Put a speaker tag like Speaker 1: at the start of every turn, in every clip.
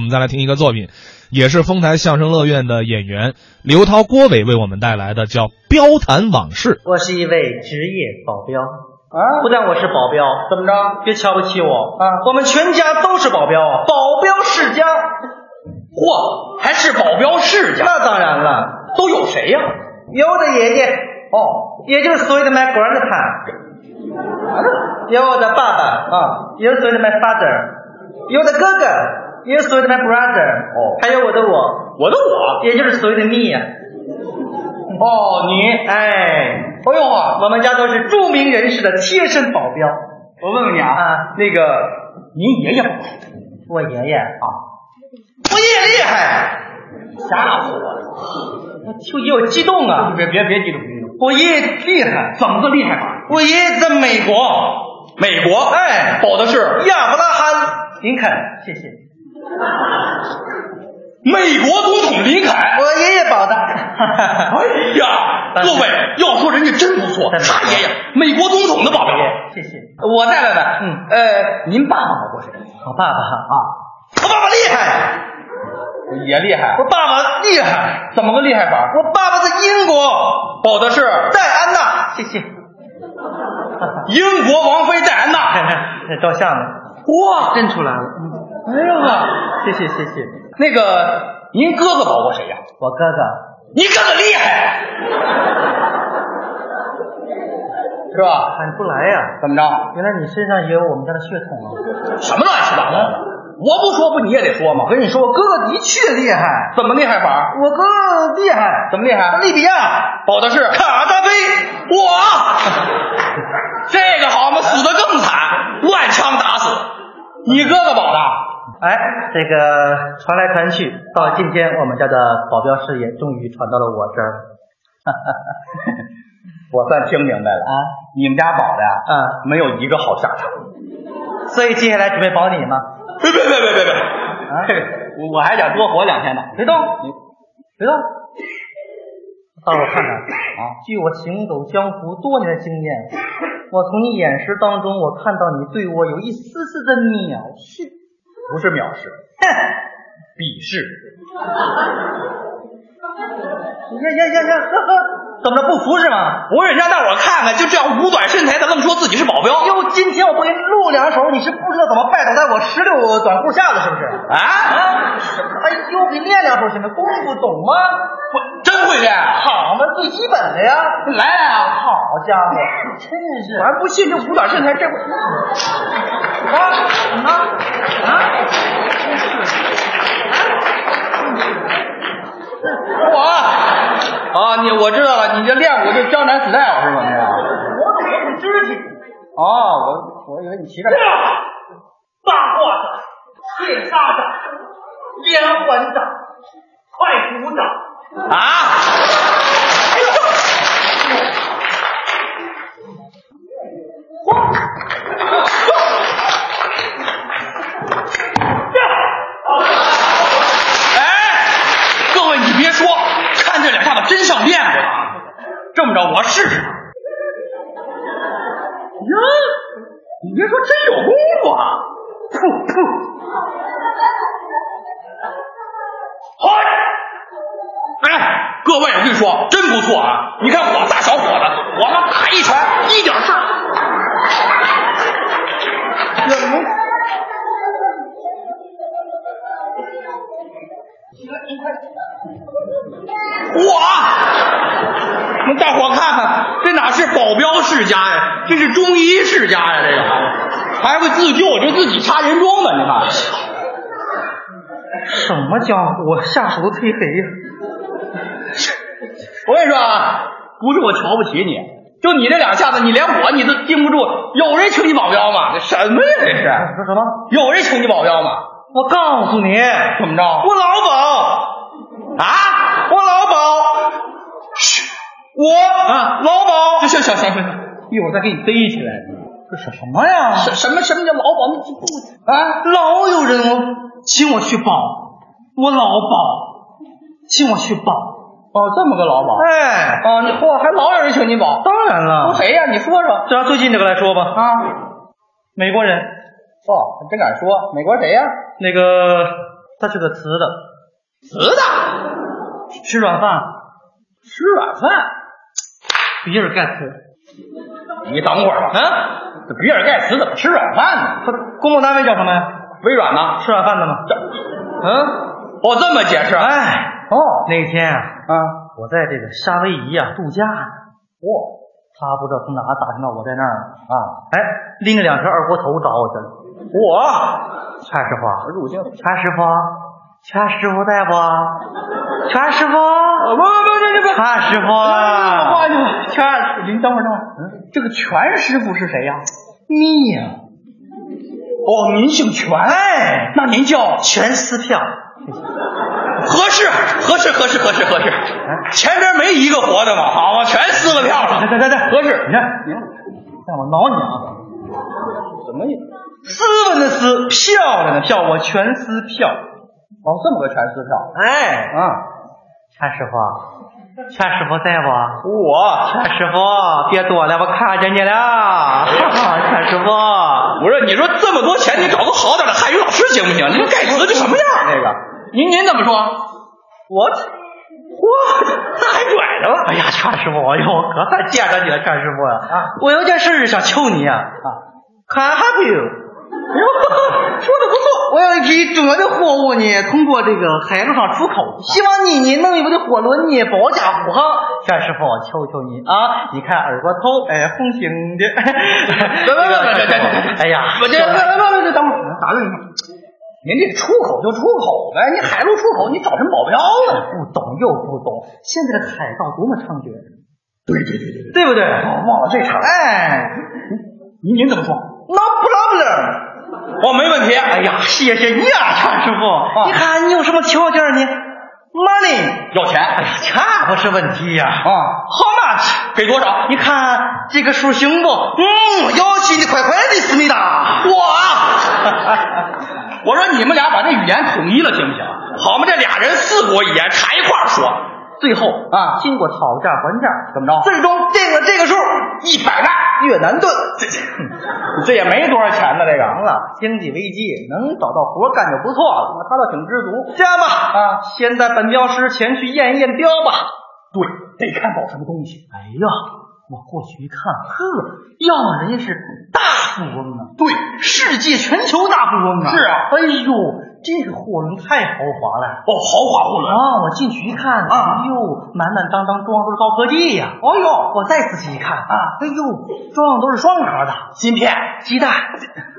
Speaker 1: 们再来听一个作品，也是丰台相声乐院的演员刘涛、郭伟为我们带来的，叫《标谈往事
Speaker 2: 我是一位职业保镖，
Speaker 3: 啊
Speaker 2: 不但我是保镖，
Speaker 3: 怎么着？
Speaker 2: 别瞧不起我
Speaker 3: 啊
Speaker 2: 我们全家都是保镖啊，保镖世家。嚯，还是保镖世家？那当然了，都有谁呀、有的爷爷，
Speaker 3: 哦，
Speaker 2: 也就是所谓的 my grandpa，有我的爸爸
Speaker 3: 啊，
Speaker 2: 有所谓的 my father，有我的哥哥，也有所谓的 my brother，
Speaker 3: 哦
Speaker 2: 还有我的我，
Speaker 3: 我的我，
Speaker 2: 也就是所谓的 me 呀、
Speaker 3: 哦，你，
Speaker 2: 哎，
Speaker 3: 哎呦啊，
Speaker 2: 我们家都是著名人士的贴身保镖。
Speaker 3: 我问问你啊，
Speaker 2: 啊，
Speaker 3: 那个您爷爷不是
Speaker 2: 我爷爷啊，
Speaker 3: 我爷爷厉哎害，吓死我了！
Speaker 2: 我就有激动啊！
Speaker 3: 别别别激动，别激动，
Speaker 2: 我爷爷厉害，
Speaker 3: 怎么个厉害法？
Speaker 2: 我爷爷在美国，
Speaker 3: 美国，
Speaker 2: 哎
Speaker 3: 保的是
Speaker 2: 亚伯拉罕林肯，谢谢，
Speaker 3: 美国总统林肯。
Speaker 2: 我爷爷保的。
Speaker 3: 哎呀，
Speaker 2: 但是
Speaker 3: 各位，要说人家真不错，
Speaker 2: 但是
Speaker 3: 他爷爷美国总统的保镖。
Speaker 2: 谢谢，
Speaker 3: 我再问问，
Speaker 2: 嗯
Speaker 3: 呃，您爸爸保过谁？
Speaker 2: 我爸爸啊，
Speaker 3: 我爸爸厉害，也厉害
Speaker 2: 我爸爸厉害，
Speaker 3: 怎么个厉害法？哎
Speaker 2: 我爸爸在英国，
Speaker 3: 保的是
Speaker 2: 戴安娜，谢 谢，
Speaker 3: 英国王妃戴安娜。
Speaker 2: 照相了，
Speaker 3: 哇，
Speaker 2: 认出来了，嗯
Speaker 3: 哎呦呵，
Speaker 2: 谢谢谢谢，
Speaker 3: 那个您哥哥保过谁呀、
Speaker 2: 我哥哥
Speaker 3: 你哥哥厉害，是吧？
Speaker 2: 喊不来呀、
Speaker 3: 怎么着？
Speaker 2: 原来你身上也有我们家的血统啊！
Speaker 3: 什么乱七八糟的？我不说不你也得说吗？
Speaker 2: 我跟你说，我哥哥的确厉害，
Speaker 3: 怎么厉害法？
Speaker 2: 我哥厉害，
Speaker 3: 怎么厉害？
Speaker 2: 利比亚
Speaker 3: 保的是
Speaker 2: 卡扎菲，
Speaker 3: 我，这个好嘛，死的更惨，乱枪打死。你哥哥保的，
Speaker 2: 哎，这个传来传去，到今天我们家的保镖事业终于传到了我这 儿
Speaker 3: 我算听明白了
Speaker 2: 啊。
Speaker 3: 你们家保的呀、
Speaker 2: 啊！
Speaker 3: 没有一个好下场。
Speaker 2: 所以接下来准备保你吗？
Speaker 3: 别别别别别别！
Speaker 2: 啊，
Speaker 3: 我我还想多活两天呢。
Speaker 2: 别动，别动，到嗯时候我看看。
Speaker 3: 啊，
Speaker 2: 据我行走江湖多年的经验，我从你眼神当中，我看到你对我有一丝丝的藐视。
Speaker 3: 不是藐视，
Speaker 2: 哼！
Speaker 3: 鄙视。
Speaker 2: 呀呀呀呀！呵呵，怎么着不服是吗？
Speaker 3: 不是，让大伙儿看看，就这样五短身材的，愣说自己是保镖
Speaker 2: 哟，今天我不给你露两手，你是不知道怎么拜倒在我十六短裤下了，是不是？
Speaker 3: 啊！
Speaker 2: 哎呦，给练两手行吗？功夫懂吗？
Speaker 3: 我真会练啊，
Speaker 2: 好嘛，最基本的呀。
Speaker 3: 来啊！
Speaker 2: 好家伙，真是！
Speaker 3: 我还不信这五短身材这会
Speaker 2: 啊什么啊？
Speaker 3: 我啊！你我知道了，你这练武就江南 style 是吧？你啊
Speaker 2: 我可是肢体。
Speaker 3: 哦，我我以为你骑着。
Speaker 2: 啊大褂掌、铁砂掌、连环掌、快鼓掌，
Speaker 3: 啊！哎，各位你别说，看这两下子真像练过啊！这么着，我试试。呀，你别说，真有功夫啊！噗噗，嗨！哎，各位，我跟你说，真不错啊！你看我大小伙子，我们打一拳一点事儿。我，啊那大伙看看，这哪是保镖世家呀，这是中医世家呀，这个还会自救，就自己插人中呢，你看。
Speaker 2: 什么江湖？我下手都忒黑呀！
Speaker 3: 我跟你说啊，不是我瞧不起你，就你这两下子，你连我你都盯不住。有人请你保镖吗？这什么呀？这是啊
Speaker 2: 你说什么？
Speaker 3: 有人请你保镖吗？
Speaker 2: 我告诉你，
Speaker 3: 怎么着？我
Speaker 2: 我老鸨，
Speaker 3: 啊！
Speaker 2: 我老鸨，我
Speaker 3: 啊
Speaker 2: 老鸨。
Speaker 3: 行行行行行，
Speaker 2: 一会儿再给你逮起来。这是什么呀？
Speaker 3: 什什么什么叫老鸨？你不啊？
Speaker 2: 老有人哦，请我去保，我老保，请我去保。
Speaker 3: 哦，这么个老鸨
Speaker 2: 哎，
Speaker 3: 哦，你嚯，还老有人请你保？
Speaker 2: 当然
Speaker 3: 都
Speaker 2: 了，
Speaker 3: 谁呀？你说说
Speaker 2: 就拿最近这个来说吧，啊，
Speaker 3: 啊？
Speaker 2: 美国人，
Speaker 3: 哦，还真敢说，美国谁呀？
Speaker 2: 那个它是个雌的，
Speaker 3: 雌的，
Speaker 2: 吃软饭，
Speaker 3: 吃软饭。
Speaker 2: 比尔盖茨。
Speaker 3: 你等会儿吧，啊，这比尔盖茨怎么吃软饭呢？
Speaker 2: 他公共单位叫什么呀？
Speaker 3: 微软呢？
Speaker 2: 吃软饭的吗？
Speaker 3: 这，
Speaker 2: 嗯，
Speaker 3: 哦，这么解释。
Speaker 2: 哎，
Speaker 3: 哦，
Speaker 2: 那天啊，
Speaker 3: 啊，
Speaker 2: 我在这个夏威夷啊度假呢，
Speaker 3: 哇，
Speaker 2: 他不知道从哪打听到我在那儿啊，哎，拎着两条二锅头找我去了。哎
Speaker 3: 我
Speaker 2: 全师傅，
Speaker 3: 入境。
Speaker 2: 全师傅，全师傅在不？ 全师傅，
Speaker 3: 不不不不不，
Speaker 2: 全师傅
Speaker 3: 我
Speaker 2: 啊，
Speaker 3: 你全，您等会儿等会儿，这个全师傅是谁呀？
Speaker 2: 嗯你呀，
Speaker 3: 哦，您姓全，
Speaker 2: 哎
Speaker 3: 那您叫
Speaker 2: 全撕票，
Speaker 3: 合适合适合适合适合适，前边没一个活的嘛，好嘛，全撕了票了，
Speaker 2: 对对对
Speaker 3: 合适。
Speaker 2: 你看，你看，让我挠你啊！
Speaker 3: 什么意哦思？
Speaker 2: 斯文的斯，漂亮的漂，我全撕票。
Speaker 3: 哦，这么个全撕票
Speaker 2: 哎，
Speaker 3: 啊！
Speaker 2: 全师傅，全师傅在不？
Speaker 3: 我
Speaker 2: 全师傅，别躲了，我看见你了。 哈哈，全师傅，
Speaker 3: 我说，你说这么多钱，你找个好点的汉语老师行不行？你说盖茨这什么样？那个，您您怎么说？
Speaker 2: 我，
Speaker 3: 哇，那还拐着了。
Speaker 2: 哎呀，全师傅，哎呦，我可算见着你了，全师傅呀！
Speaker 3: 啊，
Speaker 2: 我有件事想求你啊。Can I help you？
Speaker 3: 哟，说的不错。
Speaker 2: 我有一批中国的货物呢，通过这个海路上出口，希望你呢能为我的货轮呢保驾护航。夏师傅，求求你啊！你看耳朵头，哎，红星的。
Speaker 3: 别别别别别别
Speaker 2: 哎呀，
Speaker 3: 我这别别别别，等会儿打断一下。您这出口就出口呗，你海陆出口，你找什么保镖啊？
Speaker 2: 不懂又不懂，现在的海盗多么猖獗，啊
Speaker 3: 对对对对对，
Speaker 2: 对不对？
Speaker 3: 忘了这茬哎，
Speaker 2: 哎
Speaker 3: 您您怎么说？
Speaker 2: ，no problem。
Speaker 3: 哦，没问题。哎
Speaker 2: 哎呀，谢谢你啊，夏师傅。你看你有什么条件呢？Money，
Speaker 3: 要钱啊
Speaker 2: 钱不是问题呀、
Speaker 3: 哦？How much？给多少？
Speaker 2: 你看这个数行不？嗯，要气你快快的，思密达。
Speaker 3: 我啊！ 我说你们俩把这语言统一了，行不行？好嘛，这俩人四国语言缠一块儿说，
Speaker 2: 最后
Speaker 3: 啊
Speaker 2: 经过讨价还价，
Speaker 3: 怎么着？
Speaker 2: 最终定了这个数，
Speaker 3: 一百万，
Speaker 2: 越南盾。
Speaker 3: 这这 这也没多少钱呢，这
Speaker 2: 行
Speaker 3: 个。
Speaker 2: 了，经济危机能找到活干就不错了，他倒挺知足。这样吧，啊，现在本镖师前去验一验镖吧。
Speaker 3: 对，得看搞什么东西。
Speaker 2: 哎呀，我过去一看，呵，要么人家是大富翁啊，
Speaker 3: 对，
Speaker 2: 世界全球大富翁啊。
Speaker 3: 是啊
Speaker 2: 哎呦，这个货轮太豪华了。
Speaker 3: 哦，豪华货轮。
Speaker 2: 啊，我进去一看，
Speaker 3: 啊
Speaker 2: 哎呦，满满当当装的都是高科技呀、哦呦，我再仔细一看啊，哎呦，装的都是双壳的芯片、鸡蛋、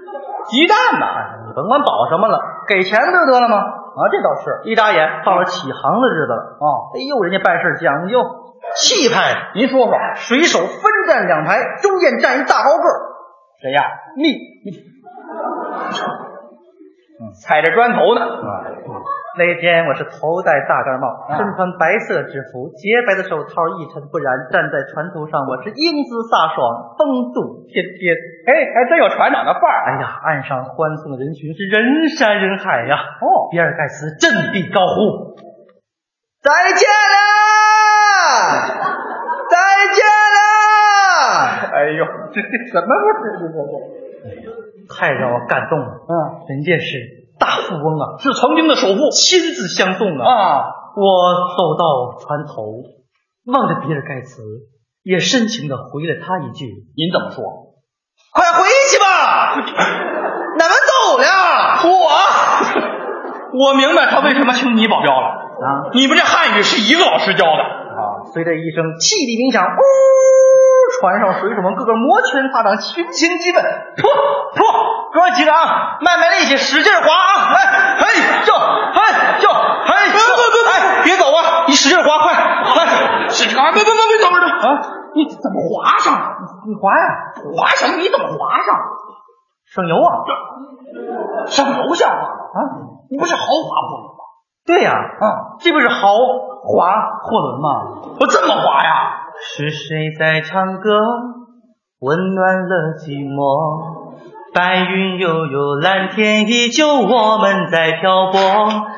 Speaker 2: 鸡蛋吧，你甭管保什么了，给钱不就得了吗？啊，这倒是一眨眼到了起航的日子了啊！哎呦，人家办事讲究气派，
Speaker 3: 您说说，
Speaker 2: 水手分站两排，中间站一大高个儿，
Speaker 3: 谁呀？
Speaker 2: 你
Speaker 3: 踩着砖头呢。
Speaker 2: 那天我是头戴大盖帽，
Speaker 3: 啊
Speaker 2: 身穿白色制服，洁白的手套一尘不染，站在船头上，我是英姿飒爽，风度翩翩。
Speaker 3: 哎，还真有船长的范儿。
Speaker 2: 哎呀，岸上欢送的人群是人山人海呀！哦，比尔盖茨振臂高呼：“再见 啦！再见啦
Speaker 3: 哎呦，这这什么这这这！”
Speaker 2: 哎太让我感动了，
Speaker 3: 嗯，
Speaker 2: 人家是大富翁 啊，
Speaker 3: 是曾经的首富
Speaker 2: 亲自相送啊！
Speaker 3: 啊。
Speaker 2: 我走到船头，望着比尔盖茨，也深情的回了他一句
Speaker 3: 您怎么说？：“
Speaker 2: 快回去 吧，咱们走了。
Speaker 3: 我我明白他为什么请你保镖了。”
Speaker 2: 啊
Speaker 3: 你们这汉语是一个老师教的，
Speaker 2: 啊！随着一声汽笛鸣响，呜，船上水手们个个摩拳擦掌，群情激愤。噗噗，哥几个啊，卖卖力气，使劲划啊！哎哎呦，哎呦，哎呦，哎，别走啊！你使劲划，快快！
Speaker 3: 是这啊？别别别别，等会儿等会儿
Speaker 2: 啊
Speaker 3: 你怎么划上了？
Speaker 2: 你划呀，
Speaker 3: 划上？你怎么划上？
Speaker 2: 省油啊！
Speaker 3: 上楼下划？
Speaker 2: 啊，
Speaker 3: 你不是豪华货轮吗？
Speaker 2: 对呀、
Speaker 3: 啊，
Speaker 2: 这不是豪华货轮吗？
Speaker 3: 我这么划呀？
Speaker 2: 是谁在唱歌，温暖了寂寞？白云悠悠，蓝天依旧，我们在漂泊。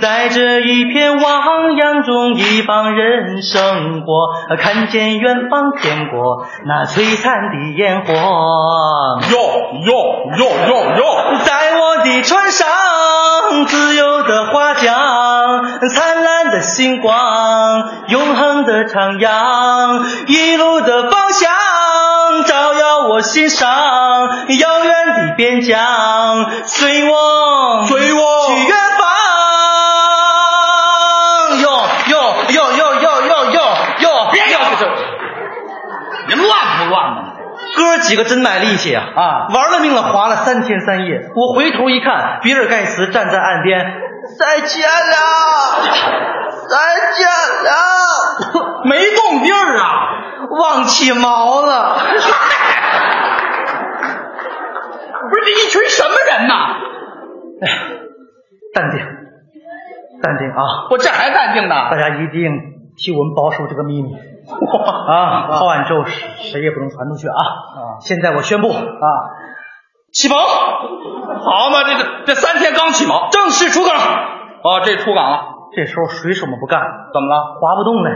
Speaker 2: 在这一片汪洋中，一帮人生活。看见远方天国，那璀璨的烟火，
Speaker 3: 哟哟哟哟哟！
Speaker 2: 在我的船上，自由的划桨，灿烂的星光，永恒的徜徉，一路的方向。照耀我心上，遥远的边疆，随我，
Speaker 3: 随我
Speaker 2: 去远方。哟哟哟哟哟哟哟哟！
Speaker 3: 别要这，您乱不乱呢？
Speaker 2: 哥儿几个真卖力气啊！
Speaker 3: 啊
Speaker 2: 玩了命了，划了三天三夜。我回头一看，比尔盖茨站在岸边，再见了，再见了，
Speaker 3: 没动地儿啊！
Speaker 2: 忘起毛了。
Speaker 3: 不是这一群什么人呐？
Speaker 2: 哎呀，淡定，淡定啊！
Speaker 3: 我这还淡定呢。
Speaker 2: 大家一定替我们保守这个秘密啊！抛案之后，谁也不能传出去啊！现在我宣布啊，
Speaker 3: 启蒙，好嘛，这这这三天刚启蒙，正式出港。哦，这出港了，
Speaker 2: 这时候水手们不干了，
Speaker 3: 怎么了？
Speaker 2: 划不动了。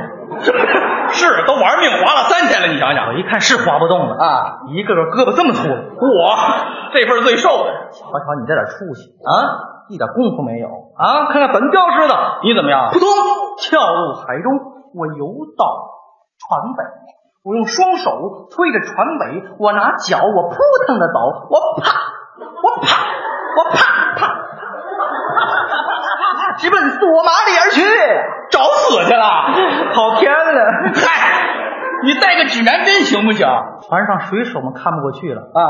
Speaker 3: 是都玩命划了三天了，你想
Speaker 2: 我
Speaker 3: 想，
Speaker 2: 一看是划不动了啊，一个个胳膊这么粗了。
Speaker 3: 我这份儿最瘦的，
Speaker 2: 瞧瞧你这点出息啊，一点功夫没有啊！看看本镖似的，
Speaker 3: 你怎么样啊
Speaker 2: 扑？通跳入海中，我游到船尾，我用双手推着船尾，我拿脚我扑腾着走，我啪，我啪，我啪啪，直奔索马里而去，
Speaker 3: 找死去了！
Speaker 2: 跑偏了。
Speaker 3: 嗨，你带个指南针行不行？
Speaker 2: 船上水手们看不过去了啊！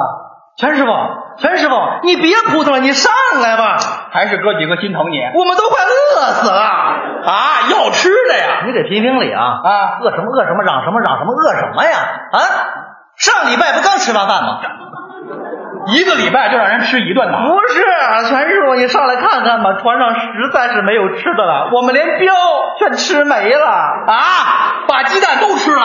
Speaker 2: 全师傅，全师傅，你别扑腾了，你上来吧，
Speaker 3: 还是哥几个心疼你
Speaker 2: 我们都快饿死了。
Speaker 3: 啊？要吃的呀？
Speaker 2: 你得评评理啊！
Speaker 3: 啊
Speaker 2: 饿什么饿什么，嚷什么嚷什么，饿什么呀？啊，上礼拜不刚吃完饭吗？
Speaker 3: 一个礼拜就让人吃一顿呐？
Speaker 2: 不是，全师傅，你上来看看吧，船上实在是没有吃的了，我们连镖全吃没了。
Speaker 3: 啊，把鸡蛋都吃了？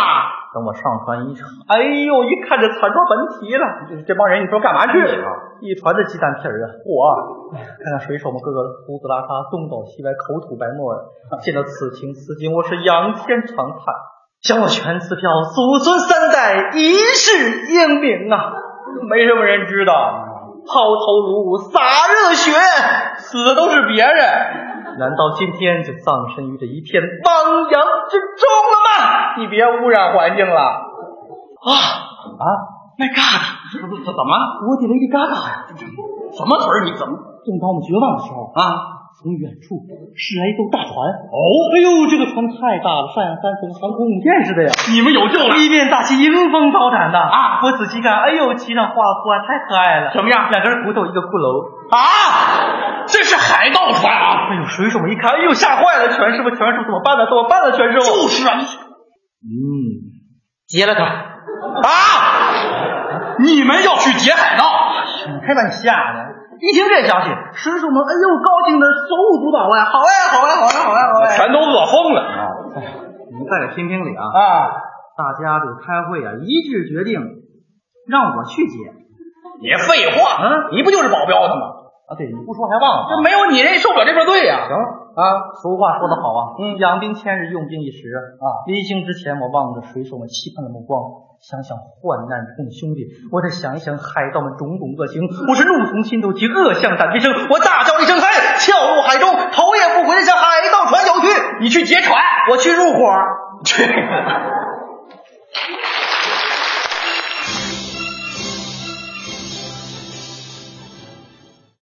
Speaker 2: 等我上船一瞅，哎呦，一看这惨状本体了，这这帮人，你说干嘛去？哎一船的鸡蛋皮儿啊！嚯，哎呀看看水手们个个胡子拉碴，东倒西歪，口吐白沫的。见到此情此景，我是仰天长叹。想我全此票，祖孙三代一世英名啊！没什么人知道，抛头颅骨洒热血，死的都是别人。难道今天就葬身于这一片汪洋之中了吗？你别污染环境了啊啊！My God，
Speaker 3: 怎怎怎么？
Speaker 2: 我得 Lady Gaga 呀！
Speaker 3: 什么词儿？你怎么
Speaker 2: 正当我们绝望的时候，
Speaker 3: 啊？
Speaker 2: 从远处驶来一艘大船。哦，哎呦，这个船太大了，上下三层，航空母舰似的呀！
Speaker 3: 你们有救了？
Speaker 2: 一面大旗迎风高展的
Speaker 3: 啊！
Speaker 2: 我仔细看，哎呦，旗上画符啊，太可爱了！
Speaker 3: 什么样
Speaker 2: 两根骨头，一个骷髅。
Speaker 3: 啊，这是海盗船啊！
Speaker 2: 哎呦，水手们一看，哎呦，吓坏了！全师傅，全师傅怎么办呢？怎么办呢？全师傅，
Speaker 3: 就是啊，你
Speaker 2: 嗯，劫了他！
Speaker 3: 啊！你们要去劫海盗？
Speaker 2: 你还把你吓的！一听这消息，水手们哎呦高兴的手舞足蹈啊！好哎，好哎，好哎，好哎，好哎！
Speaker 3: 全都饿疯了
Speaker 2: 你们再给评评理啊！
Speaker 3: 啊！
Speaker 2: 大家这个开会啊，一致决定让我去接。
Speaker 3: 你废话，
Speaker 2: 嗯
Speaker 3: 你不就是保镖的吗？
Speaker 2: 啊，对，你不说还忘
Speaker 3: 这没有你人受不了这份罪呀、
Speaker 2: 行啊，俗话说得好啊，嗯，养兵千日，用兵一时啊。临行之前，我望着水手们期盼的目光，想想患难中的兄弟，我再想一想海盗们种种恶行，我是怒从心头起，恶向胆边生。我大叫一声嗨，跳入海中，头也不回的向海盗船游去。
Speaker 3: 你去劫船，
Speaker 2: 我去入伙。
Speaker 3: 去。